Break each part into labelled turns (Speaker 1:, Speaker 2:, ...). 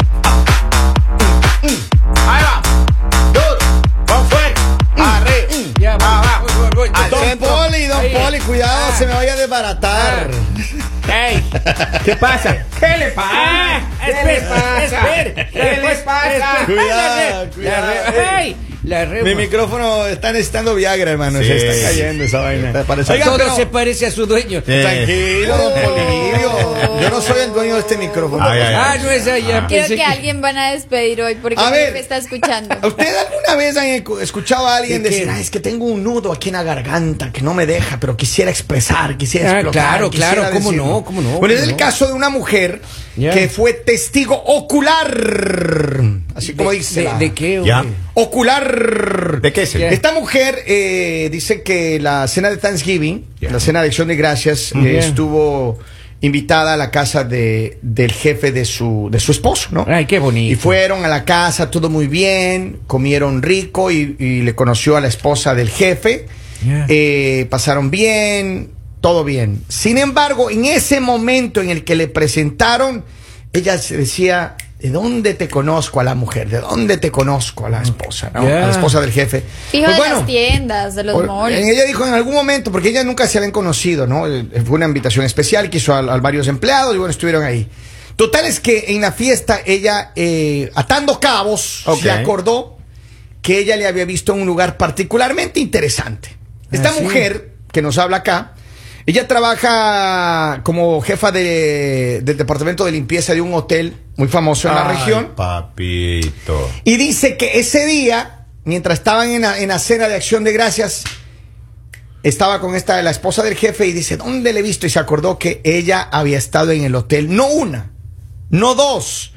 Speaker 1: Mm.
Speaker 2: Ah.
Speaker 1: ¿Qué pasa? ¿Qué le pasa?
Speaker 2: Ah, espere, espere.
Speaker 1: ¿Qué le
Speaker 2: Después,
Speaker 1: pasa?
Speaker 2: espere.
Speaker 3: Cuidado,
Speaker 2: La re-
Speaker 3: cuidado,
Speaker 2: la re-
Speaker 3: eh.
Speaker 2: ¡Ay! La re-
Speaker 3: Mi micrófono está necesitando Viagra, hermano.
Speaker 1: Sí.
Speaker 3: Se está cayendo esa vaina.
Speaker 1: Parece-
Speaker 3: Oigan,
Speaker 2: Todo
Speaker 3: pero-
Speaker 2: se Oh. parece a su dueño.
Speaker 1: Eh.
Speaker 3: Tranquilo, don Polivio. Yo no soy el dueño de este micrófono.
Speaker 1: Ay, ay,
Speaker 2: Ah, no es allá.
Speaker 4: Creo
Speaker 2: pensé
Speaker 4: que alguien van a despedir hoy porque
Speaker 3: A ver.
Speaker 4: mi
Speaker 3: Pues
Speaker 4: jefe está escuchando.
Speaker 3: ¿A ¿Usted alguna vez ha escu- escuchado a alguien
Speaker 2: ¿De qué?
Speaker 3: decir, "Ah, es que tengo un nudo aquí en la garganta que no me deja, pero quisiera expresar, quisiera
Speaker 2: Ah,
Speaker 3: explotar?
Speaker 2: claro,
Speaker 3: quisiera
Speaker 2: claro, cómo
Speaker 3: decirlo"?
Speaker 2: no, cómo no,
Speaker 3: Bueno,
Speaker 2: cómo
Speaker 3: es el
Speaker 2: no.
Speaker 3: caso de una mujer
Speaker 2: Ya.
Speaker 3: que fue testigo ocular. Así como dice.
Speaker 2: ¿De,
Speaker 3: la-
Speaker 2: de qué?
Speaker 1: Ya.
Speaker 2: hombre?
Speaker 3: Ocular.
Speaker 1: ¿De qué es
Speaker 2: Ya.
Speaker 1: el?
Speaker 3: Esta mujer eh, dice que la cena de Thanksgiving,
Speaker 1: Ya.
Speaker 3: la cena de acción de gracias, eh,
Speaker 2: Bien.
Speaker 3: estuvo invitada a la casa de, del jefe de su, de su esposo, ¿no?
Speaker 2: Ay, qué bonito.
Speaker 3: Y fueron a la casa, todo muy bien, comieron rico y, y le conoció a la esposa del jefe.
Speaker 2: Ya.
Speaker 3: Eh, pasaron bien, todo bien. Sin embargo, en ese momento en el que le presentaron, ella se decía, ¿de dónde te conozco a la mujer? ¿De dónde te conozco a la esposa? ¿no?
Speaker 2: Ya.
Speaker 3: A la esposa del jefe.
Speaker 4: Fijo
Speaker 3: Pues
Speaker 4: de
Speaker 3: bueno,
Speaker 4: las tiendas, de los
Speaker 3: por-
Speaker 4: malls.
Speaker 3: ella dijo en algún momento, porque ellas nunca se habían conocido, ¿no? Eh, Fue una invitación especial que hizo a, a varios empleados y bueno, estuvieron ahí. Total es que en la fiesta ella, eh, atando cabos,
Speaker 1: Ok.
Speaker 3: se acordó que ella le había visto en un lugar particularmente interesante. Esta
Speaker 2: Ah, sí.
Speaker 3: mujer que nos habla acá, ella trabaja como jefa de- del departamento de limpieza de un hotel muy famoso en la
Speaker 1: Ay,
Speaker 3: región.
Speaker 1: Papito.
Speaker 3: Y dice que ese día, mientras estaban en la, en la cena de acción de gracias, estaba con esta la esposa del jefe y dice, ¿dónde le he visto? Y se acordó que ella había estado en el hotel, no una, no dos,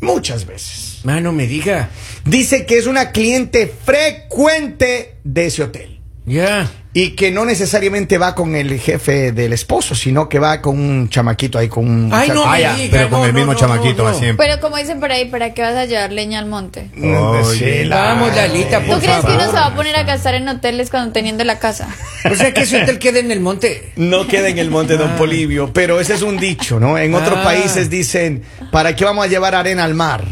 Speaker 3: muchas veces.
Speaker 2: Mano, me diga.
Speaker 3: Dice que es una cliente frecuente de ese hotel
Speaker 2: Ya.
Speaker 3: y que no necesariamente va con el jefe del esposo, sino que va con un chamaquito ahí, con un...
Speaker 2: Ay, no
Speaker 3: Ah,
Speaker 2: me
Speaker 3: ya.
Speaker 2: diga.
Speaker 1: Pero con
Speaker 2: no,
Speaker 1: el
Speaker 2: no,
Speaker 1: mismo
Speaker 2: no,
Speaker 1: chamaquito
Speaker 2: no,
Speaker 1: va
Speaker 2: no.
Speaker 1: siempre.
Speaker 4: Pero como dicen por ahí, ¿para qué vas a llevar leña al monte?
Speaker 3: Mm,
Speaker 1: Oye.
Speaker 3: sí, la-
Speaker 2: Vamos, Lalita,
Speaker 4: ¿Tú
Speaker 2: por
Speaker 4: crees que
Speaker 2: favor.
Speaker 4: uno se va a poner a gastar en hoteles cuando teniendo la casa?
Speaker 2: O sea, que ese hotel queda en el monte.
Speaker 3: No queda en el monte Don Polivio, pero ese es un dicho, ¿no? En otros
Speaker 2: Ah.
Speaker 3: países dicen, ¿para qué vamos a llevar arena al mar?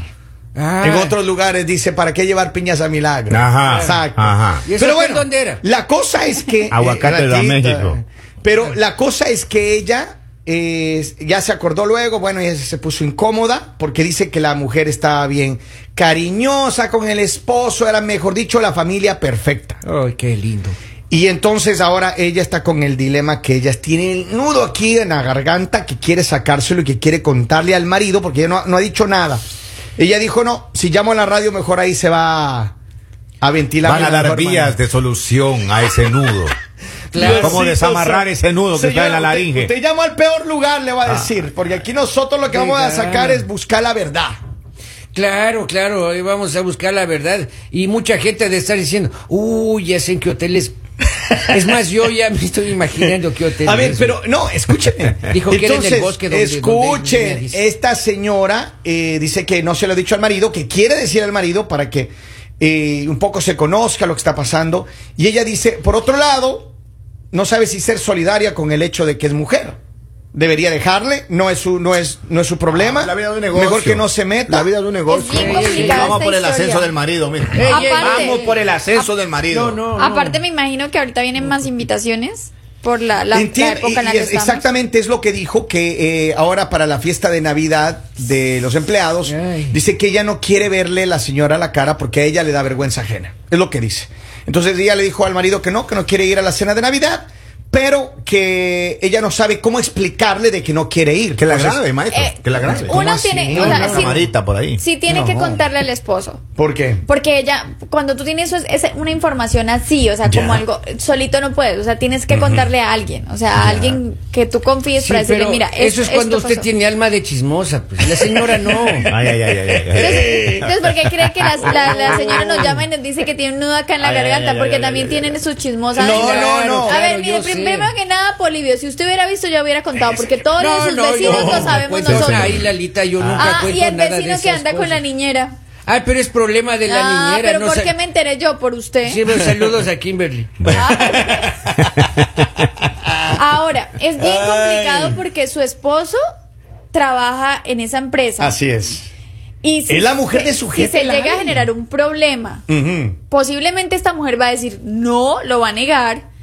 Speaker 2: Ah.
Speaker 3: En otros lugares dice, ¿para qué llevar piñas a milagro?
Speaker 1: Ajá,
Speaker 3: Exacto.
Speaker 1: ajá.
Speaker 2: ¿Y ese
Speaker 3: Pero
Speaker 2: hotel
Speaker 3: bueno,
Speaker 2: dónde era?
Speaker 3: la cosa es que...
Speaker 1: Aguacate de
Speaker 3: ratita.
Speaker 1: México.
Speaker 3: Pero la cosa es que ella eh, ya se acordó luego, bueno, ella se puso incómoda porque dice que la mujer estaba bien cariñosa con el esposo, era, mejor dicho, la familia perfecta.
Speaker 2: Ay, qué lindo.
Speaker 3: Y entonces ahora ella está con el dilema que ella tiene el nudo aquí en la garganta, que quiere sacárselo y que quiere contarle al marido, porque ella no, no ha dicho nada. Ella dijo, no, si llamo a la radio, mejor ahí se va a, a ventilar.
Speaker 1: Van a
Speaker 3: de
Speaker 1: dar
Speaker 3: mejor
Speaker 1: vías
Speaker 3: manera.
Speaker 1: de solución a ese nudo.
Speaker 2: Claro.
Speaker 1: ¿Cómo
Speaker 3: Diosito
Speaker 1: desamarrar
Speaker 3: santo.
Speaker 1: ese nudo que está
Speaker 3: Señora,
Speaker 1: en la
Speaker 3: usted-
Speaker 1: laringe? Ah.
Speaker 3: Usted, llama al peor lugar, le va a decir, porque aquí nosotros lo que vamos a
Speaker 2: Oiga.
Speaker 3: sacar es buscar la verdad.
Speaker 2: Claro, claro, hoy vamos a buscar la verdad. Y mucha gente ha de estar diciendo, uy, ya sé en qué hoteles. Es más, yo ya me estoy imaginando qué hotel.
Speaker 3: A ver,
Speaker 2: es.
Speaker 3: pero no, escúcheme.
Speaker 2: Dijo que era en el bosque donde-
Speaker 3: escuchen,
Speaker 2: donde dice.
Speaker 3: esta señora eh, dice que no se lo ha dicho al marido, que quiere decir al marido para que eh, un poco se conozca lo que está pasando. Y ella dice, por otro lado, no sabe si ser solidaria con el hecho de que es mujer. Debería dejarle, no es su, no es, no es su problema.
Speaker 1: Ah, La vida de un negocio.
Speaker 3: Mejor que no se meta.
Speaker 1: La vida de un negocio.
Speaker 4: Es bien
Speaker 2: complicada
Speaker 1: Sí,
Speaker 2: esta
Speaker 1: Vamos por el
Speaker 4: historia.
Speaker 1: ascenso del marido, mira.
Speaker 2: Ey, ey,
Speaker 4: Aparte-
Speaker 1: Vamos por el ascenso del
Speaker 2: No,
Speaker 1: marido.
Speaker 2: no, no.
Speaker 4: Aparte me imagino que ahorita vienen más invitaciones por la, la- la
Speaker 3: Entiende-
Speaker 4: época en la
Speaker 3: y- y
Speaker 4: que
Speaker 3: es-
Speaker 4: estamos.
Speaker 3: exactamente es lo que dijo que eh, ahora para la fiesta de Navidad de los empleados
Speaker 2: Ay.
Speaker 3: dice que ella no quiere verle la señora a la cara porque a ella le da vergüenza ajena. Es lo que dice. Entonces ella le dijo al marido que no, que no quiere ir a la cena de Navidad, pero que ella no sabe cómo explicarle de que no quiere ir.
Speaker 1: Que la
Speaker 3: Entonces,
Speaker 1: grave, maestro.
Speaker 4: Eh,
Speaker 1: que la grave.
Speaker 3: ¿Cómo
Speaker 4: Uno
Speaker 3: así?
Speaker 4: tiene, o
Speaker 1: Una
Speaker 4: sea, sí-
Speaker 1: camarita por ahí.
Speaker 4: sí tiene que
Speaker 3: No.
Speaker 4: contarle al esposo.
Speaker 3: ¿Por qué?
Speaker 4: Porque ella, cuando tú tienes es, es una información así, o sea,
Speaker 1: Ya.
Speaker 4: como algo, solito no puedes, o sea, tienes que contarle a alguien, o sea, a alguien que tú confíes
Speaker 2: Sí,
Speaker 4: para decirle,
Speaker 2: pero
Speaker 4: mira,
Speaker 2: eso es
Speaker 4: esto-
Speaker 2: cuando
Speaker 4: esto
Speaker 2: usted
Speaker 4: pasó".
Speaker 2: tiene alma de chismosa, pues la señora no.
Speaker 1: Ay, ay, ay, ay, ay. Eh.
Speaker 4: Entonces, entonces, ¿por qué cree que las- la, la señora nos llama y nos dice que tiene un nudo acá en la
Speaker 1: Ay, ay,
Speaker 4: garganta?
Speaker 1: ay,
Speaker 4: porque
Speaker 1: ay,
Speaker 4: también
Speaker 1: ay,
Speaker 4: tienen
Speaker 1: ay,
Speaker 4: sus chismosas.
Speaker 3: No, no, no.
Speaker 4: A
Speaker 2: Claro,
Speaker 4: ver, mire,
Speaker 2: yo sé.
Speaker 4: primero que nada, Polivio, si usted hubiera visto, ya hubiera contado, porque todos los sus vecinos
Speaker 2: yo
Speaker 4: lo sabemos
Speaker 2: cuento
Speaker 4: nosotros.
Speaker 2: nada. Ahí, Lalita, yo nunca
Speaker 4: Ah,
Speaker 2: cuento
Speaker 4: y el
Speaker 2: nada de
Speaker 4: vecino que
Speaker 2: esas
Speaker 4: anda con la
Speaker 2: cosas.
Speaker 4: niñera.
Speaker 2: Ay, pero es problema de la
Speaker 4: ah,
Speaker 2: niñera.
Speaker 4: pero
Speaker 2: no
Speaker 4: ¿por
Speaker 2: sa-
Speaker 4: qué me enteré yo? ¿Por usted? Ah,
Speaker 2: Sí, pero saludos a Kimberly.
Speaker 4: Ahora, es bien complicado porque su esposo trabaja en esa empresa.
Speaker 3: Así es.
Speaker 4: Y si
Speaker 3: Ah, Es la mujer de su
Speaker 4: si
Speaker 3: jefe,
Speaker 4: se
Speaker 3: la
Speaker 4: llega a
Speaker 3: Ana.
Speaker 4: generar un problema,
Speaker 3: Ujú.
Speaker 4: posiblemente esta mujer va a decir no, lo va a negar.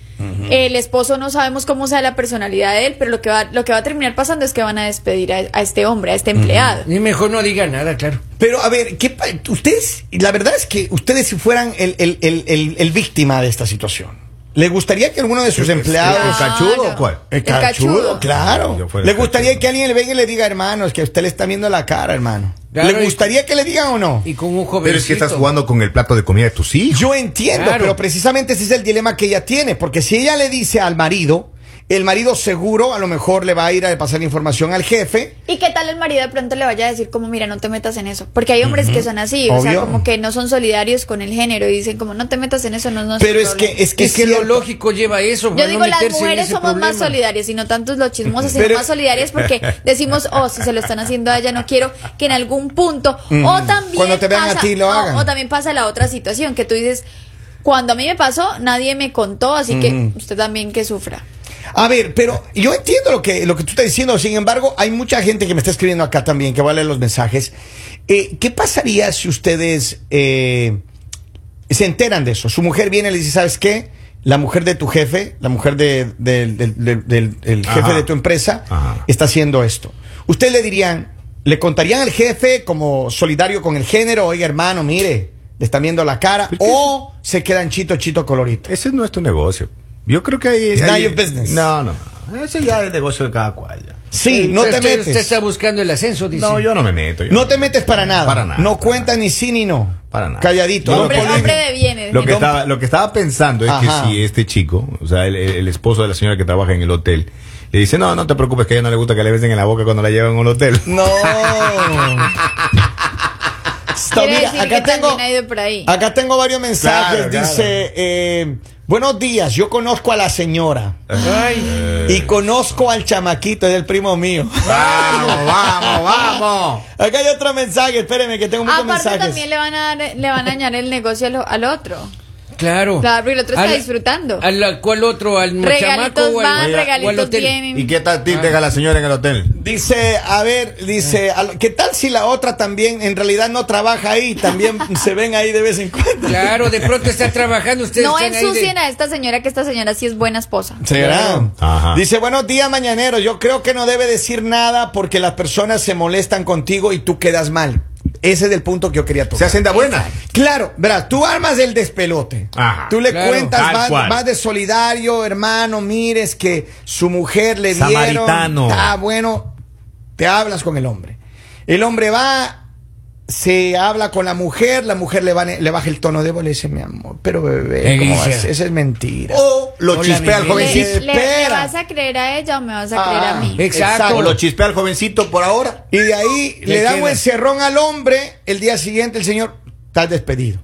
Speaker 4: El esposo no sabemos cómo sea la personalidad de él, pero lo que va, lo que va a terminar pasando es que van a despedir a, a este hombre, a este empleado.
Speaker 2: Y mejor no diga nada, claro.
Speaker 3: Pero a ver, ¿qué pa- ustedes, la verdad es que ustedes si fueran el, el- el- el- el víctima de esta situación, ¿le gustaría que alguno de sus empleados...
Speaker 1: ¿El cachudo o cuál?
Speaker 3: Ah,
Speaker 4: El
Speaker 3: El cachudo,
Speaker 4: cachudo.
Speaker 1: Yo
Speaker 3: claro.
Speaker 1: fuera
Speaker 3: ¿Le
Speaker 1: el
Speaker 3: gustaría
Speaker 1: cachudo.
Speaker 3: que alguien le venga y le diga, hermano, es que a usted le está viendo la cara, hermano?
Speaker 2: Claro,
Speaker 3: ¿Le
Speaker 2: y-
Speaker 3: gustaría que le digan o no?
Speaker 2: Y con un joven.
Speaker 1: Pero es que estás jugando con el plato de comida de tus hijos.
Speaker 3: Yo entiendo,
Speaker 2: Claro.
Speaker 3: pero precisamente ese es el dilema que ella tiene, porque si ella le dice al marido, el marido seguro a lo mejor le va a ir a pasar la información al jefe.
Speaker 4: ¿Y qué tal el marido de pronto le vaya a decir como, mira, no te metas en eso? Porque hay hombres que son así, o sea,
Speaker 3: Obvio.
Speaker 4: como que no son solidarios con el género y dicen como, no te metas en eso, no es nuestro
Speaker 3: Pero es
Speaker 4: problema".
Speaker 3: que es que,
Speaker 2: Es
Speaker 3: es
Speaker 2: que lo
Speaker 3: cierto.
Speaker 2: lógico lleva a eso.
Speaker 4: Yo
Speaker 3: Pues
Speaker 2: para no
Speaker 4: digo, las
Speaker 2: meterse en
Speaker 4: mujeres
Speaker 2: ese
Speaker 4: somos más
Speaker 2: problema.
Speaker 4: solidarias y no tantos los chismosos, sino
Speaker 3: Pero-
Speaker 4: más solidarias porque decimos, oh, si se lo están haciendo a ella, no quiero que en algún punto, o también.
Speaker 3: Mm. Cuando te vean a
Speaker 4: pasa-
Speaker 3: ti, lo
Speaker 4: o-
Speaker 3: hagan.
Speaker 4: O, también pasa la otra situación, que tú dices, cuando a mí me pasó, nadie me contó, así que usted también que sufra.
Speaker 3: A ver, pero yo entiendo lo que, lo que tú estás diciendo, sin embargo, hay mucha gente que me está escribiendo acá también, que va a leer los mensajes. Eh, ¿Qué pasaría si ustedes eh, se enteran de eso? Su mujer viene y le dice, ¿sabes qué? La mujer de tu jefe, la mujer de- del- del- del- del- del jefe
Speaker 1: Ajá.
Speaker 3: de tu empresa,
Speaker 1: Ajá.
Speaker 3: está haciendo esto. Ustedes le dirían, le contarían al jefe como solidario con el género, oiga hermano, mire, le están viendo la cara,
Speaker 1: ¿Pero qué
Speaker 3: o se quedan chito, chito colorito.
Speaker 1: Ese no es tu negocio. Yo creo que ahí.
Speaker 3: It's not
Speaker 1: ahí-
Speaker 3: your business.
Speaker 1: No, no. Ese ya es el negocio de cada cual. ya.
Speaker 3: Sí, no
Speaker 2: Usted-
Speaker 3: te
Speaker 2: usted- Usted
Speaker 3: metes.
Speaker 2: está buscando el ascenso, dice.
Speaker 1: No, yo no me meto. yo
Speaker 3: No te metes para nada.
Speaker 1: Para nada.
Speaker 3: No
Speaker 1: para
Speaker 3: cuentas ni sí ni no.
Speaker 1: Para nada.
Speaker 3: Calladito.
Speaker 1: No,
Speaker 3: a lo
Speaker 4: Hombre,
Speaker 1: político.
Speaker 3: Colín.
Speaker 4: hombre de bienes.
Speaker 1: Lo que,
Speaker 4: mira.
Speaker 1: estaba, lo que estaba pensando es
Speaker 3: Ajá.
Speaker 1: que si este chico, o sea, el, el- el esposo de la señora que trabaja en el hotel, le dice, no, no te preocupes, que a ella no le gusta que le besen en la boca cuando la llevan a un hotel.
Speaker 3: No. Está-
Speaker 4: Quiere
Speaker 3: mira,
Speaker 4: decir que
Speaker 3: acá tengo,
Speaker 4: también ha ido por ahí.
Speaker 3: acá tengo varios mensajes.
Speaker 1: Claro, claro.
Speaker 3: Dice, eh, buenos días, yo conozco a la señora
Speaker 2: Ay.
Speaker 1: Eh.
Speaker 3: y conozco al chamaquito, es el primo mío.
Speaker 1: vamos, vamos, vamos.
Speaker 3: Acá hay otro mensaje, espérenme que tengo muchos
Speaker 4: Aparte
Speaker 3: mensajes.
Speaker 4: también le van a dar- le van a dañar el negocio al, al otro.
Speaker 2: Claro.
Speaker 4: Claro, porque el otro está
Speaker 2: Al-
Speaker 4: disfrutando.
Speaker 2: ¿Al cuál otro? ¿Al chamaco
Speaker 4: Regalitos
Speaker 2: o al-
Speaker 4: van,
Speaker 2: o al
Speaker 4: regalitos
Speaker 2: hotel?
Speaker 4: vienen.
Speaker 1: ¿Y qué tal ti deja la señora en el hotel?
Speaker 3: Dice, a ver, dice, a lo- ¿qué tal si la otra también en realidad no trabaja ahí? También se ven ahí de vez en cuando.
Speaker 2: Claro, de pronto está trabajando ustedes.
Speaker 4: No
Speaker 2: están ahí de-
Speaker 4: ensucien a esta señora, que esta señora sí es buena esposa.
Speaker 3: ¿Será?
Speaker 1: Ajá.
Speaker 3: Dice, buenos días, mañanero. Yo creo que no debe decir nada porque las personas se molestan contigo y tú quedas mal. Ese es el punto que yo quería
Speaker 1: ¿Se
Speaker 3: tocar.
Speaker 1: hacen de buena?
Speaker 3: Claro, verás, tú armas el despelote.
Speaker 1: Ajá.
Speaker 3: tú le
Speaker 2: Claro.
Speaker 3: cuentas
Speaker 1: Tal
Speaker 3: más,
Speaker 1: cual.
Speaker 3: más de solidario, hermano, mires que su mujer le
Speaker 1: Samaritano.
Speaker 3: dieron. Ah, bueno, te hablas con el hombre. El hombre va, se habla con la mujer, la mujer le, va- le baja el tono de voz, le dice, mi amor, pero bebé,
Speaker 2: Eh,
Speaker 3: ¿cómo
Speaker 2: Guille.
Speaker 3: vas? Esa es mentira.
Speaker 1: O lo
Speaker 2: Hola,
Speaker 1: chispea al
Speaker 2: mi
Speaker 4: Le,
Speaker 1: jovencito.
Speaker 4: le- le
Speaker 3: espera.
Speaker 4: vas a creer a ella o me vas a creer a
Speaker 3: Ah,
Speaker 4: mí?
Speaker 2: Exacto.
Speaker 1: O lo chispea al jovencito por ahora.
Speaker 3: Y de ahí
Speaker 2: Ya
Speaker 3: le dan
Speaker 2: queda.
Speaker 3: un encerrón al hombre. El día siguiente el señor está despedido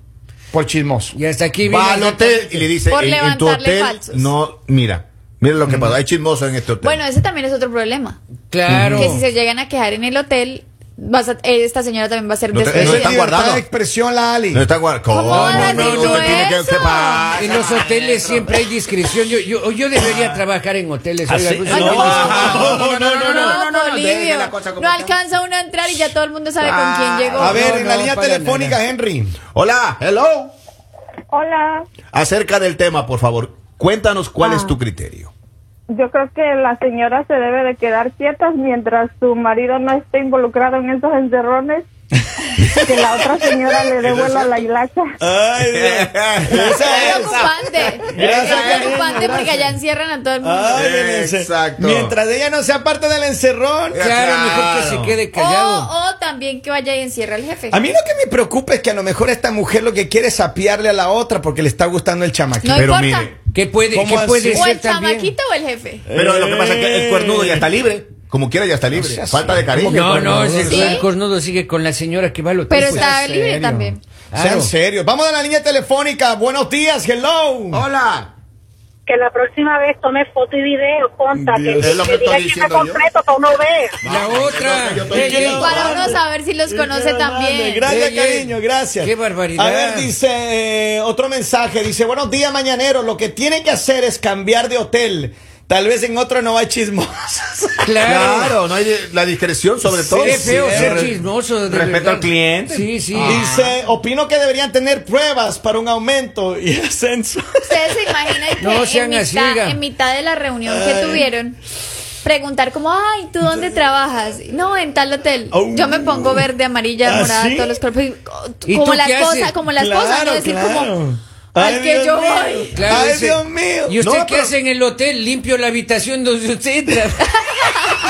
Speaker 3: por chismoso.
Speaker 2: Y hasta aquí
Speaker 1: Va al
Speaker 2: viene-
Speaker 1: hotel y le dice,
Speaker 4: Por
Speaker 1: en, en tu
Speaker 4: levantarle
Speaker 1: hotel,
Speaker 4: falsos.
Speaker 1: no, mira, mira lo que pasó, hay chismoso en este hotel.
Speaker 4: Bueno, ese también es otro problema.
Speaker 2: Claro.
Speaker 4: Que si se llegan a quejar en el hotel, vas a- eh, esta señora también va a ser
Speaker 1: No te-
Speaker 3: Eso
Speaker 1: no
Speaker 3: es
Speaker 4: despedida.
Speaker 1: están
Speaker 3: libertad
Speaker 1: guardando.
Speaker 3: de expresión, la Ali.
Speaker 1: no está guardado. ¿Cómo?
Speaker 4: vas
Speaker 2: a
Speaker 1: No, no,
Speaker 2: decir
Speaker 1: no, usted tiene que-
Speaker 4: eso?
Speaker 1: ¿qué pasa?
Speaker 2: En los hoteles siempre hay discreción. Yo, yo, yo debería trabajar en hoteles. oiga, pues,
Speaker 1: Así-
Speaker 2: Luis.
Speaker 1: Ay,
Speaker 4: no,
Speaker 1: no, no, no, no, no,
Speaker 4: No,
Speaker 1: no, deje la
Speaker 4: Bolivio.
Speaker 1: cosa como
Speaker 4: No
Speaker 1: está.
Speaker 4: alcanza uno a entrar y ya todo el mundo sabe con quién llegó.
Speaker 3: A ver,
Speaker 2: No,
Speaker 3: en la
Speaker 2: no,
Speaker 3: línea
Speaker 2: para
Speaker 3: telefónica,
Speaker 2: nada.
Speaker 3: Henry.
Speaker 1: Hola, hello.
Speaker 5: Hola,
Speaker 1: Acerca del tema, por favor, cuéntanos cuál es tu criterio.
Speaker 5: yo creo que la señora se debe de quedar quietas mientras su marido no esté involucrado en esos encerrones. que la otra señora le dé vuelo a la hilacha.
Speaker 3: Ay,
Speaker 4: Es preocupante.
Speaker 3: Gracias,
Speaker 4: Es preocupante
Speaker 3: gracias.
Speaker 4: porque allá encierran a todo el mundo.
Speaker 1: Exacto.
Speaker 3: Mientras ella no sea parte del encerrón.
Speaker 2: Claro, mejor que
Speaker 1: Claro.
Speaker 2: se quede callado.
Speaker 4: O, o también que vaya y encierra al jefe.
Speaker 3: A mí lo que me preocupa es que a lo mejor esta mujer lo que quiere es sapearle a la otra porque le está gustando el chamaquito.
Speaker 4: No
Speaker 1: Pero
Speaker 4: importa.
Speaker 1: mire,
Speaker 2: ¿Qué puede,
Speaker 3: ¿Cómo
Speaker 2: qué
Speaker 3: así?
Speaker 2: puede
Speaker 4: oh. O el
Speaker 2: ser también?
Speaker 4: chamaquito o el jefe.
Speaker 1: Pero lo que pasa es que el cuernudo ya está libre. Como quiera ya está libre.
Speaker 3: seas-
Speaker 1: Falta de cariño.
Speaker 3: ¿Cómo que
Speaker 2: No,
Speaker 3: por
Speaker 2: no,
Speaker 3: favor?
Speaker 2: ese
Speaker 4: ¿Sí?
Speaker 2: el cornudo sigue con la señora que va al hotel.
Speaker 4: Pero
Speaker 2: pues.
Speaker 4: está libre también.
Speaker 3: Sean serios. Vamos a la línea telefónica. Buenos días, hello.
Speaker 1: Hola.
Speaker 6: Que la próxima vez tome foto y video, conta. Que,
Speaker 1: Dios. Es lo que
Speaker 6: que
Speaker 1: estoy
Speaker 6: diga que está
Speaker 1: diciendo yo.
Speaker 6: completo para uno ver.
Speaker 2: La otra.
Speaker 1: yo estoy
Speaker 2: Ey,
Speaker 3: diciendo-
Speaker 2: ey.
Speaker 4: Para uno saber si los
Speaker 3: Sí,
Speaker 4: conoce
Speaker 3: qué grande.
Speaker 4: también.
Speaker 3: Gracias,
Speaker 2: Ey, ey.
Speaker 3: cariño, gracias.
Speaker 2: Qué barbaridad.
Speaker 3: A ver, dice eh, otro mensaje. Dice, buenos días, mañanero. Lo que tienen que hacer es cambiar de hotel. Tal vez en otro no va chismosos.
Speaker 1: Claro,
Speaker 2: Claro.
Speaker 1: no hay de- la discreción sobre
Speaker 3: Sí,
Speaker 1: todo.
Speaker 2: Qué feo
Speaker 3: sí,
Speaker 2: ser
Speaker 1: re-
Speaker 2: chismoso. de
Speaker 1: respeto
Speaker 2: verdad.
Speaker 1: al cliente.
Speaker 2: Sí, Ah. sí.
Speaker 3: Dice, opino que deberían tener pruebas para un aumento y ascenso.
Speaker 4: Ustedes se imaginan que
Speaker 2: No
Speaker 4: en,
Speaker 2: sean así,
Speaker 4: mitad,
Speaker 2: oiga.
Speaker 4: en mitad de la reunión que tuvieron, preguntar como, ay, ¿tú dónde trabajas? No, en tal hotel.
Speaker 3: Oh.
Speaker 4: Yo me pongo verde, amarilla,
Speaker 3: ¿Ah,
Speaker 4: morada,
Speaker 3: sí?
Speaker 4: todos los cuerpos. y- "Oh,
Speaker 2: ¿Y
Speaker 4: como
Speaker 2: tú
Speaker 4: la
Speaker 2: qué
Speaker 4: cosa,
Speaker 2: haces?
Speaker 4: como las cosas, no decir como,
Speaker 3: Ay,
Speaker 4: al que
Speaker 3: Dios
Speaker 4: yo
Speaker 3: mío.
Speaker 4: voy.
Speaker 2: Claro,
Speaker 3: Ay,
Speaker 2: dice,
Speaker 3: Dios mío.
Speaker 2: ¿Y usted
Speaker 3: No,
Speaker 2: qué
Speaker 3: pero-
Speaker 2: hace en el hotel? Limpio la habitación donde usted entra.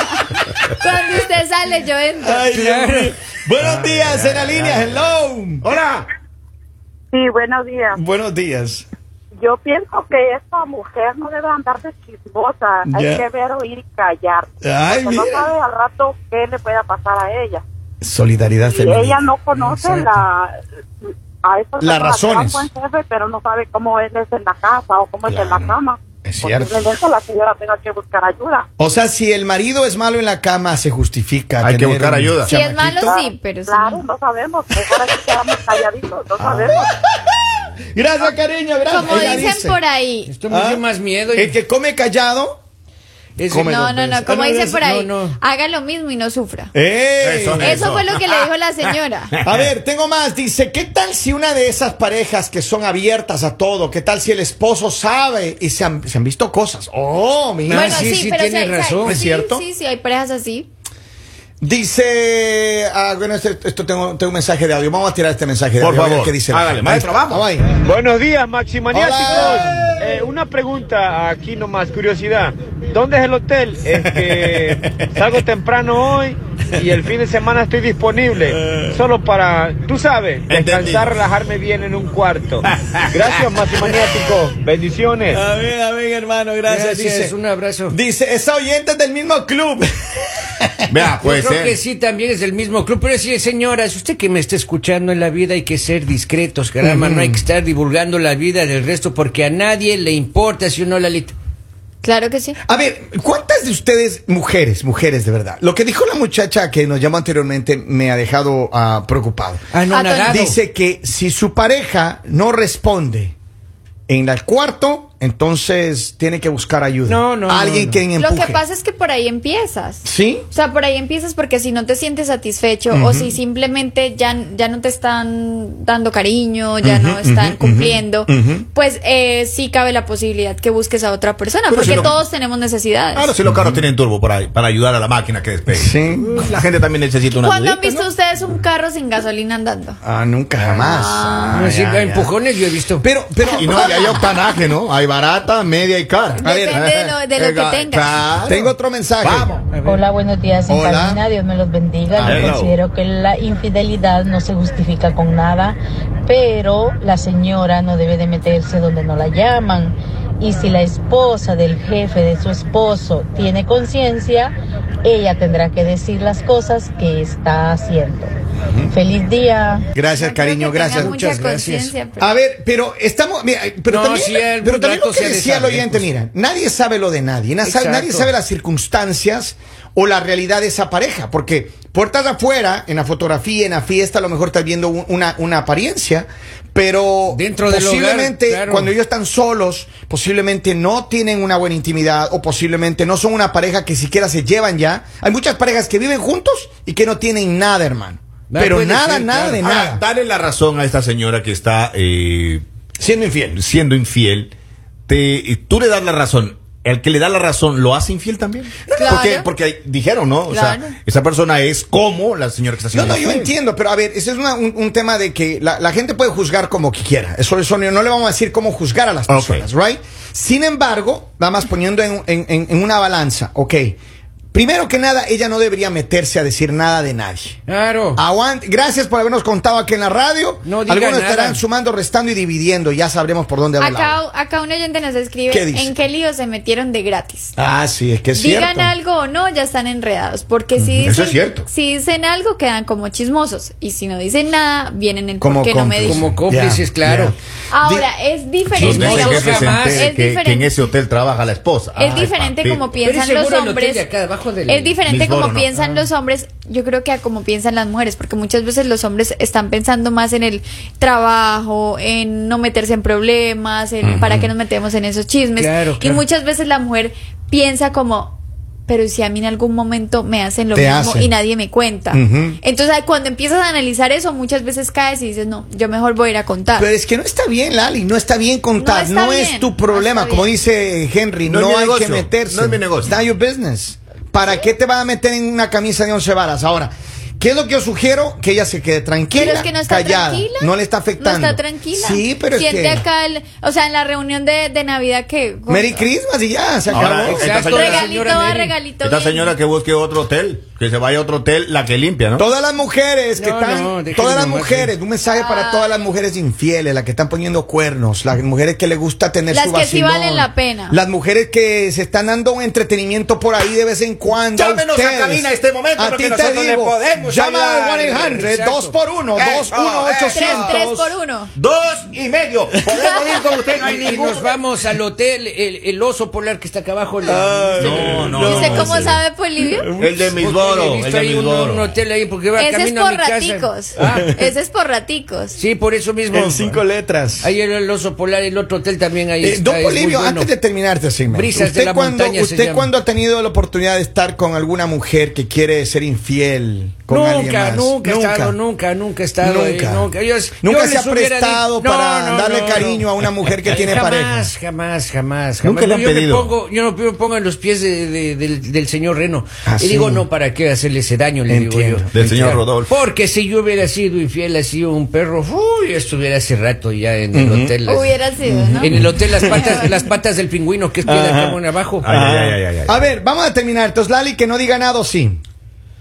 Speaker 4: cuando usted sale, yo entro.
Speaker 3: Ay, Dios
Speaker 2: Claro.
Speaker 3: mío. Buenos días, en la línea, hello.
Speaker 1: Hola.
Speaker 5: Sí, buenos días.
Speaker 3: Buenos días.
Speaker 5: Yo pienso que esta mujer no debe andar de chismosa. Hay
Speaker 3: Ya.
Speaker 5: que ver, oír y callar.
Speaker 3: Ay,
Speaker 5: Porque no
Speaker 3: mira.
Speaker 5: sabe al rato qué le pueda pasar a ella.
Speaker 3: Solidaridad
Speaker 5: Y
Speaker 3: femenina.
Speaker 5: ella no conoce
Speaker 3: Exacto.
Speaker 5: la... A esas
Speaker 3: Las
Speaker 5: personas que dan
Speaker 3: razones.
Speaker 5: buen jefe, pero no sabe cómo él es en la casa o cómo es en
Speaker 3: Claro.
Speaker 5: la cama.
Speaker 3: Es cierto.
Speaker 5: Posiblemente la señora tenga que buscar ayuda.
Speaker 3: O sea, si el marido es malo en la cama, se justifica.
Speaker 1: Hay que
Speaker 3: tener
Speaker 1: buscar
Speaker 3: un
Speaker 1: ayuda.
Speaker 4: Si es
Speaker 3: chamaquito.
Speaker 4: malo, sí, pero si
Speaker 5: Claro,
Speaker 4: no.
Speaker 5: no sabemos. Mejor aquí quedamos calladitos.
Speaker 3: Ah.
Speaker 5: No sabemos.
Speaker 3: Gracias, cariño, gracias.
Speaker 4: Como
Speaker 3: Ella
Speaker 4: dicen
Speaker 3: dice,
Speaker 4: por ahí.
Speaker 2: Esto me
Speaker 3: ah,
Speaker 2: dio más miedo. y-
Speaker 3: El que come callado.
Speaker 2: es-
Speaker 3: come
Speaker 4: No,
Speaker 3: dos
Speaker 4: no,
Speaker 3: veces.
Speaker 4: no, como
Speaker 3: Ah, no,
Speaker 4: dicen por
Speaker 2: no,
Speaker 4: ahí.
Speaker 2: no.
Speaker 4: Haga lo mismo y no sufra.
Speaker 3: ¡Ey!
Speaker 1: Eso, eh.
Speaker 4: Eso fue lo que le dijo la señora.
Speaker 3: A ver, tengo más. Dice, ¿qué tal si una de esas parejas que son abiertas a todo? ¿Qué tal si el esposo sabe y se han, se han visto cosas? Oh, mira.
Speaker 2: Bueno, sí, sí,
Speaker 4: pero
Speaker 2: tiene
Speaker 4: hay-
Speaker 2: razón.
Speaker 4: sí,
Speaker 3: ¿Es cierto?
Speaker 4: Sí, sí, hay parejas así.
Speaker 3: Dice, ah, bueno, este- esto, tengo, tengo un mensaje de audio. Vamos a tirar este mensaje de
Speaker 1: Por
Speaker 3: audio. a ver
Speaker 1: favor.
Speaker 3: qué dice. la
Speaker 1: Hágale,
Speaker 3: gente.
Speaker 1: maestro,
Speaker 3: Ahí está.
Speaker 1: vamos.
Speaker 3: Ahí.
Speaker 7: Buenos días, maximaniáticos.
Speaker 3: Hola.
Speaker 7: Eh, una pregunta aquí nomás, curiosidad. ¿Dónde es el hotel? Este, salgo temprano hoy y el fin de semana estoy disponible. Solo para, tú sabes,
Speaker 1: Entendido.
Speaker 7: descansar, relajarme bien en un cuarto. Gracias, maximaniáticos. Bendiciones.
Speaker 3: A ver, a ver, hermano, gracias.
Speaker 2: Gracias,
Speaker 3: Dice,
Speaker 2: un abrazo.
Speaker 3: dice, es oyente del mismo club.
Speaker 1: Vea, puede
Speaker 2: Yo creo
Speaker 1: ser.
Speaker 2: que sí, también es del mismo club. Pero sí, señora, es usted que me está escuchando en la vida, hay que ser discretos, caramba. No hay que estar divulgando la vida del resto porque a nadie le importa si uno la lit.
Speaker 4: Claro que sí.
Speaker 3: A ver, ¿cuántas de ustedes, mujeres, mujeres de verdad? Lo que dijo la muchacha que nos llamó anteriormente me ha dejado ah, preocupado.
Speaker 2: Anonadado.
Speaker 3: Dice que si su pareja no responde en el cuarto, entonces tiene que buscar ayuda.
Speaker 2: No, no,
Speaker 3: Alguien
Speaker 2: no, no.
Speaker 3: que empuje.
Speaker 4: Lo que pasa es que por ahí empiezas.
Speaker 3: ¿Sí?
Speaker 4: O sea, por ahí empiezas porque si no te sientes satisfecho o si simplemente ya, ya no te están dando cariño, ya no están cumpliendo, pues eh, sí cabe la posibilidad que busques a otra persona,
Speaker 1: Pero
Speaker 4: porque
Speaker 1: si no-
Speaker 4: todos tenemos necesidades.
Speaker 1: Claro, si los carros tienen turbo para, para ayudar a la máquina que despegue.
Speaker 3: Sí.
Speaker 1: La gente también necesita una
Speaker 4: ¿Cuándo han
Speaker 1: ayudita,
Speaker 4: visto
Speaker 1: ¿no?
Speaker 4: ustedes un carro sin gasolina andando?
Speaker 3: Ah, nunca jamás. Ah,
Speaker 2: No, sí,
Speaker 3: ya, ya.
Speaker 2: empujones yo he visto.
Speaker 3: Pero, pero.
Speaker 1: Y no, y hay octanaje, ¿no? Hay barata, media y cara.
Speaker 4: Depende de lo- de lo que tengas.
Speaker 3: Tengo otro mensaje.
Speaker 1: Vamos.
Speaker 8: Hola, buenos días. En
Speaker 3: Hola. Ah.
Speaker 8: cabina, Dios me los bendiga. Yo
Speaker 1: Hello.
Speaker 8: considero que la infidelidad no se justifica con nada, pero la señora no debe de meterse donde no la llaman. Y si la esposa del jefe de su esposo tiene conciencia, ella tendrá que decir las cosas que está haciendo. Feliz día.
Speaker 3: Gracias,
Speaker 4: No creo
Speaker 3: cariño,
Speaker 4: que
Speaker 3: gracias.
Speaker 4: tenga mucha
Speaker 3: Muchas gracias.
Speaker 4: conciencia, pero-
Speaker 3: A ver, pero estamos. mira, pero
Speaker 2: No,
Speaker 3: también,
Speaker 2: sí, algún
Speaker 3: pero también lo
Speaker 2: dato
Speaker 3: que
Speaker 2: se ha de
Speaker 3: decía el
Speaker 2: saber,
Speaker 3: oyente,
Speaker 2: pues.
Speaker 3: mira, nadie sabe lo de nadie. na- sabe- Nadie sabe,
Speaker 2: Exacto.
Speaker 3: las circunstancias o la realidad de esa pareja. Porque puertas afuera, en la fotografía, en la fiesta, a lo mejor estás viendo un- una, una apariencia. Pero
Speaker 2: Dentro del
Speaker 3: posiblemente
Speaker 2: hogar, claro.
Speaker 3: cuando ellos están solos, posiblemente no tienen una buena intimidad o posiblemente no son una pareja que siquiera se llevan ya. Hay muchas parejas que viven juntos y que no tienen nada, hermano.
Speaker 2: Ah,
Speaker 3: Pero
Speaker 2: puede
Speaker 3: nada,
Speaker 2: ser,
Speaker 3: nada
Speaker 2: claro.
Speaker 3: de
Speaker 1: Ahora,
Speaker 3: nada.
Speaker 1: Ah, dale la razón a esta señora que está eh,
Speaker 3: Siendo infiel.
Speaker 1: siendo infiel. Te, y tú le das la razón. El que le da la razón lo hace infiel también.
Speaker 4: Claro.
Speaker 1: ¿Por qué? Porque dijeron, ¿no? O
Speaker 4: Claro.
Speaker 1: sea, esa persona es como la señora que está
Speaker 3: No,
Speaker 1: siendo
Speaker 3: no, yo
Speaker 1: infiel.
Speaker 3: entiendo, pero a ver, ese es una- un, un tema de que la, la gente puede juzgar como que quiera. Eso, eso no no le vamos a decir cómo juzgar a las
Speaker 1: Ok.
Speaker 3: personas, ¿right? Sin embargo, nada más poniendo en, en- en- en una balanza, ok. Primero que nada, ella no debería meterse a decir nada de nadie.
Speaker 2: Claro.
Speaker 3: Aguante. Gracias por habernos contado aquí en la radio.
Speaker 2: No diga
Speaker 3: Algunos
Speaker 2: nada.
Speaker 3: estarán sumando, restando y dividiendo. Ya sabremos por dónde va el agua.
Speaker 4: Acá, acá un oyente nos escribe
Speaker 3: ¿Qué dice?
Speaker 4: en qué lío se metieron de gratis.
Speaker 3: Ah, sí, es que es
Speaker 4: Digan
Speaker 3: cierto.
Speaker 4: algo o no, ya están enredados. Porque si dicen,
Speaker 1: Eso es cierto.
Speaker 4: si dicen algo, quedan como chismosos. Y si no dicen nada, vienen en
Speaker 3: Como
Speaker 4: por qué no me
Speaker 3: cómplices.
Speaker 4: dijo.
Speaker 2: Como cómplices, claro.
Speaker 4: Ahora, es diferente.
Speaker 2: Los
Speaker 1: Donde ese
Speaker 2: No,
Speaker 1: jefe se
Speaker 2: jamás.
Speaker 1: entere
Speaker 4: Es
Speaker 1: que, que en
Speaker 4: diferente.
Speaker 1: ese hotel trabaja la esposa.
Speaker 4: Es
Speaker 1: Ay,
Speaker 4: diferente
Speaker 1: papi.
Speaker 4: como
Speaker 2: Pero
Speaker 4: piensan
Speaker 2: es
Speaker 4: los
Speaker 2: seguro el hotel
Speaker 4: hombres.
Speaker 2: de acá, abajo del-
Speaker 4: es diferente
Speaker 1: Lisboa,
Speaker 4: como
Speaker 1: ¿no?
Speaker 4: piensan
Speaker 3: Ah.
Speaker 4: los hombres, yo creo que a como piensan las mujeres, porque muchas veces los hombres están pensando más en el trabajo, en no meterse en problemas, en para qué nos metemos en esos chismes.
Speaker 2: Claro,
Speaker 4: Y
Speaker 2: claro.
Speaker 4: muchas veces la mujer piensa como, pero si a mí en algún momento me hacen lo
Speaker 3: Te
Speaker 4: mismo
Speaker 3: hacen.
Speaker 4: y nadie me cuenta.
Speaker 3: Ujú.
Speaker 4: Entonces ay, cuando empiezas a analizar eso, muchas veces caes y dices, no, yo mejor voy a ir a contar.
Speaker 3: Pero es que no está bien, Lali, no está bien contar, no,
Speaker 4: No está
Speaker 3: es
Speaker 4: bien,
Speaker 3: tu
Speaker 4: no
Speaker 3: problema,
Speaker 4: está
Speaker 3: como
Speaker 4: bien.
Speaker 3: dice Henry, no,
Speaker 1: No es
Speaker 3: hay
Speaker 1: mi negocio,
Speaker 3: que meterse.
Speaker 1: no es mi negocio.
Speaker 3: It's not your business. ¿Para qué te vas a meter en una camisa de once varas? Ahora, ¿qué es lo que yo sugiero? Que ella se quede tranquila,
Speaker 4: Pero es que no está
Speaker 3: callada,
Speaker 4: tranquila.
Speaker 3: no le está afectando.
Speaker 4: No está tranquila.
Speaker 3: Sí, pero es
Speaker 4: Siente
Speaker 3: que
Speaker 4: acá, el- o sea, en la reunión de, de Navidad que...
Speaker 3: Merry Christmas y ya, se
Speaker 1: Ahora,
Speaker 3: acabó.
Speaker 1: esta
Speaker 2: Exacto,
Speaker 1: señora-
Speaker 4: Regalito
Speaker 2: señora
Speaker 4: va,
Speaker 2: Mary.
Speaker 4: regalito
Speaker 1: Esta
Speaker 4: viene.
Speaker 1: señora que busque otro hotel, que se vaya a otro hotel, la que limpia, ¿no?
Speaker 3: Todas las mujeres que
Speaker 2: No,
Speaker 3: están,
Speaker 2: no, déjenme
Speaker 3: todas las
Speaker 2: nomás,
Speaker 3: mujeres, un mensaje
Speaker 4: Ah.
Speaker 3: para todas las mujeres infieles, las que están poniendo cuernos, las mujeres que les gusta tener
Speaker 4: Las
Speaker 3: su
Speaker 4: que sí
Speaker 3: vacilón,
Speaker 4: valen la pena.
Speaker 3: las mujeres que se están dando un entretenimiento por ahí de vez en cuando.
Speaker 1: Llámenos a
Speaker 3: ustedes.
Speaker 1: cabina en este momento,
Speaker 3: a
Speaker 1: porque
Speaker 3: ti te
Speaker 1: nosotros le
Speaker 3: digo,
Speaker 1: podemos
Speaker 3: llama al
Speaker 1: ayudar.
Speaker 3: 1-800, 2 por 1,
Speaker 1: Eso,
Speaker 3: 2 1
Speaker 4: Tres,
Speaker 3: 800.
Speaker 4: tres por uno.
Speaker 1: Dos y medio. Podemos ir con usted, no hay
Speaker 2: Y
Speaker 1: ningún
Speaker 2: nos vamos al hotel, el, el oso polar que está acá abajo.
Speaker 3: Ah,
Speaker 2: este la-
Speaker 1: No, no, no.
Speaker 4: Dice, ¿cómo
Speaker 1: sí.
Speaker 4: sabe pues, Polivio?
Speaker 1: El de
Speaker 2: Porque
Speaker 1: Misboro,
Speaker 2: he
Speaker 1: el
Speaker 2: visto
Speaker 1: de
Speaker 2: ahí un, un
Speaker 1: Misboro.
Speaker 2: hotel ahí porque va
Speaker 4: Ese es
Speaker 2: camino a
Speaker 4: por
Speaker 2: mi casa.
Speaker 4: raticos.
Speaker 2: Ah,
Speaker 4: Ese es por raticos.
Speaker 2: sí, por eso mismo.
Speaker 3: En cinco letras.
Speaker 2: Ahí era el oso polar, el otro hotel también ahí.
Speaker 3: Eh,
Speaker 2: está,
Speaker 3: don
Speaker 2: es muy
Speaker 3: Polivio,
Speaker 2: bueno.
Speaker 3: antes de terminarte, este segmento,
Speaker 2: Brisas de
Speaker 3: ¿usted,
Speaker 2: la
Speaker 3: cuando,
Speaker 2: montaña se
Speaker 3: usted
Speaker 2: llama.
Speaker 3: cuándo ha tenido la oportunidad de estar con alguna mujer que quiere ser infiel con alguien
Speaker 2: Nunca,
Speaker 3: más?
Speaker 2: nunca, he estado, nunca, nunca he estado. ahí,
Speaker 3: Nunca.
Speaker 2: nunca. Yo- yo
Speaker 3: Nunca se
Speaker 2: les
Speaker 3: ha
Speaker 2: hubiera
Speaker 3: prestado
Speaker 2: dicho-
Speaker 3: para darle cariño a una mujer que tiene
Speaker 2: jamás,
Speaker 3: pareja.
Speaker 2: Jamás, jamás, jamás.
Speaker 1: Nunca le han
Speaker 2: yo
Speaker 1: pedido.
Speaker 2: Me pongo, yo no yo me pongo en los pies de- de- del, del señor Reno.
Speaker 3: Ah,
Speaker 2: y
Speaker 3: sí.
Speaker 2: digo, no, ¿para qué hacerle ese daño? Le digo
Speaker 3: Entiendo.
Speaker 2: yo.
Speaker 1: Del señor Rodolfo.
Speaker 2: Porque si yo hubiera sido infiel, así un perro, uy, estuviera hace rato ya en el hotel. las-
Speaker 4: Hubiera sido, ¿no?
Speaker 2: En el hotel las patas, las patas del pingüino, que es piedra camón abajo.
Speaker 1: Ay, ay, ay, ay, ay.
Speaker 3: A ver, vamos a terminar. Entonces, Lali, que no diga nada, o sí.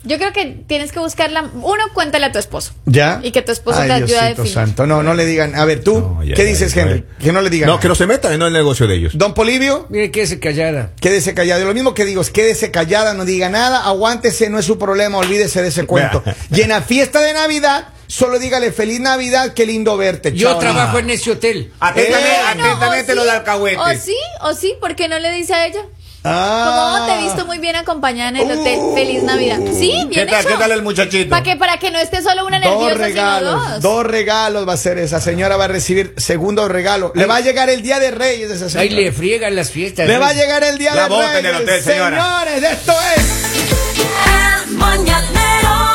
Speaker 4: Yo creo que tienes que buscarla. Uno, cuéntale a tu esposo.
Speaker 3: ¿Ya?
Speaker 4: Y que tu esposo
Speaker 3: Ay,
Speaker 4: te ayude a
Speaker 3: Diosito
Speaker 4: definir.
Speaker 3: santo. No, no le digan. A ver, tú,
Speaker 1: No, ya,
Speaker 3: ¿qué
Speaker 1: ya,
Speaker 3: dices,
Speaker 1: ya,
Speaker 3: Henry?
Speaker 1: ya.
Speaker 3: Que no le digan.
Speaker 1: No, que no se metan no en el negocio de ellos.
Speaker 3: Don Polivio,
Speaker 2: Mire, quédese callada.
Speaker 3: quédese callado. Y Lo mismo que digo es quédese callada, no diga nada, aguántese, no es su problema, olvídese de ese cuento. y en la fiesta de Navidad, solo dígale feliz Navidad, qué lindo verte.
Speaker 2: Yo
Speaker 3: chao".
Speaker 2: trabajo en ese hotel.
Speaker 1: Atentamente,
Speaker 3: Eh,
Speaker 4: Bueno,
Speaker 1: atentamente
Speaker 4: o
Speaker 1: lo
Speaker 4: sí,
Speaker 1: de alcahuete.
Speaker 4: O sí, o sí, ¿por qué no le dice a ella?
Speaker 3: Ah.
Speaker 4: Como "Oh, te he visto muy bien acompañada en el hotel.
Speaker 3: Uh.
Speaker 4: Feliz Navidad. Sí,
Speaker 1: ¿Qué
Speaker 4: bien
Speaker 1: tal,
Speaker 4: hecho.
Speaker 1: qué tal el muchachito?
Speaker 4: Para que, para que no esté solo una
Speaker 3: Dos
Speaker 4: nerviosa, sino
Speaker 3: regalos,
Speaker 4: dos.
Speaker 3: dos regalos va a ser esa señora, va a recibir segundo regalo. Le va a llegar el día de Reyes esa
Speaker 2: Ahí
Speaker 3: señora.
Speaker 2: le friegan las fiestas.
Speaker 3: Le
Speaker 2: ¿no?
Speaker 3: va a llegar el día
Speaker 1: La
Speaker 3: de
Speaker 1: boca en el
Speaker 3: Reyes.
Speaker 1: hotel, señora.
Speaker 3: Señores, esto es.
Speaker 9: El mañanero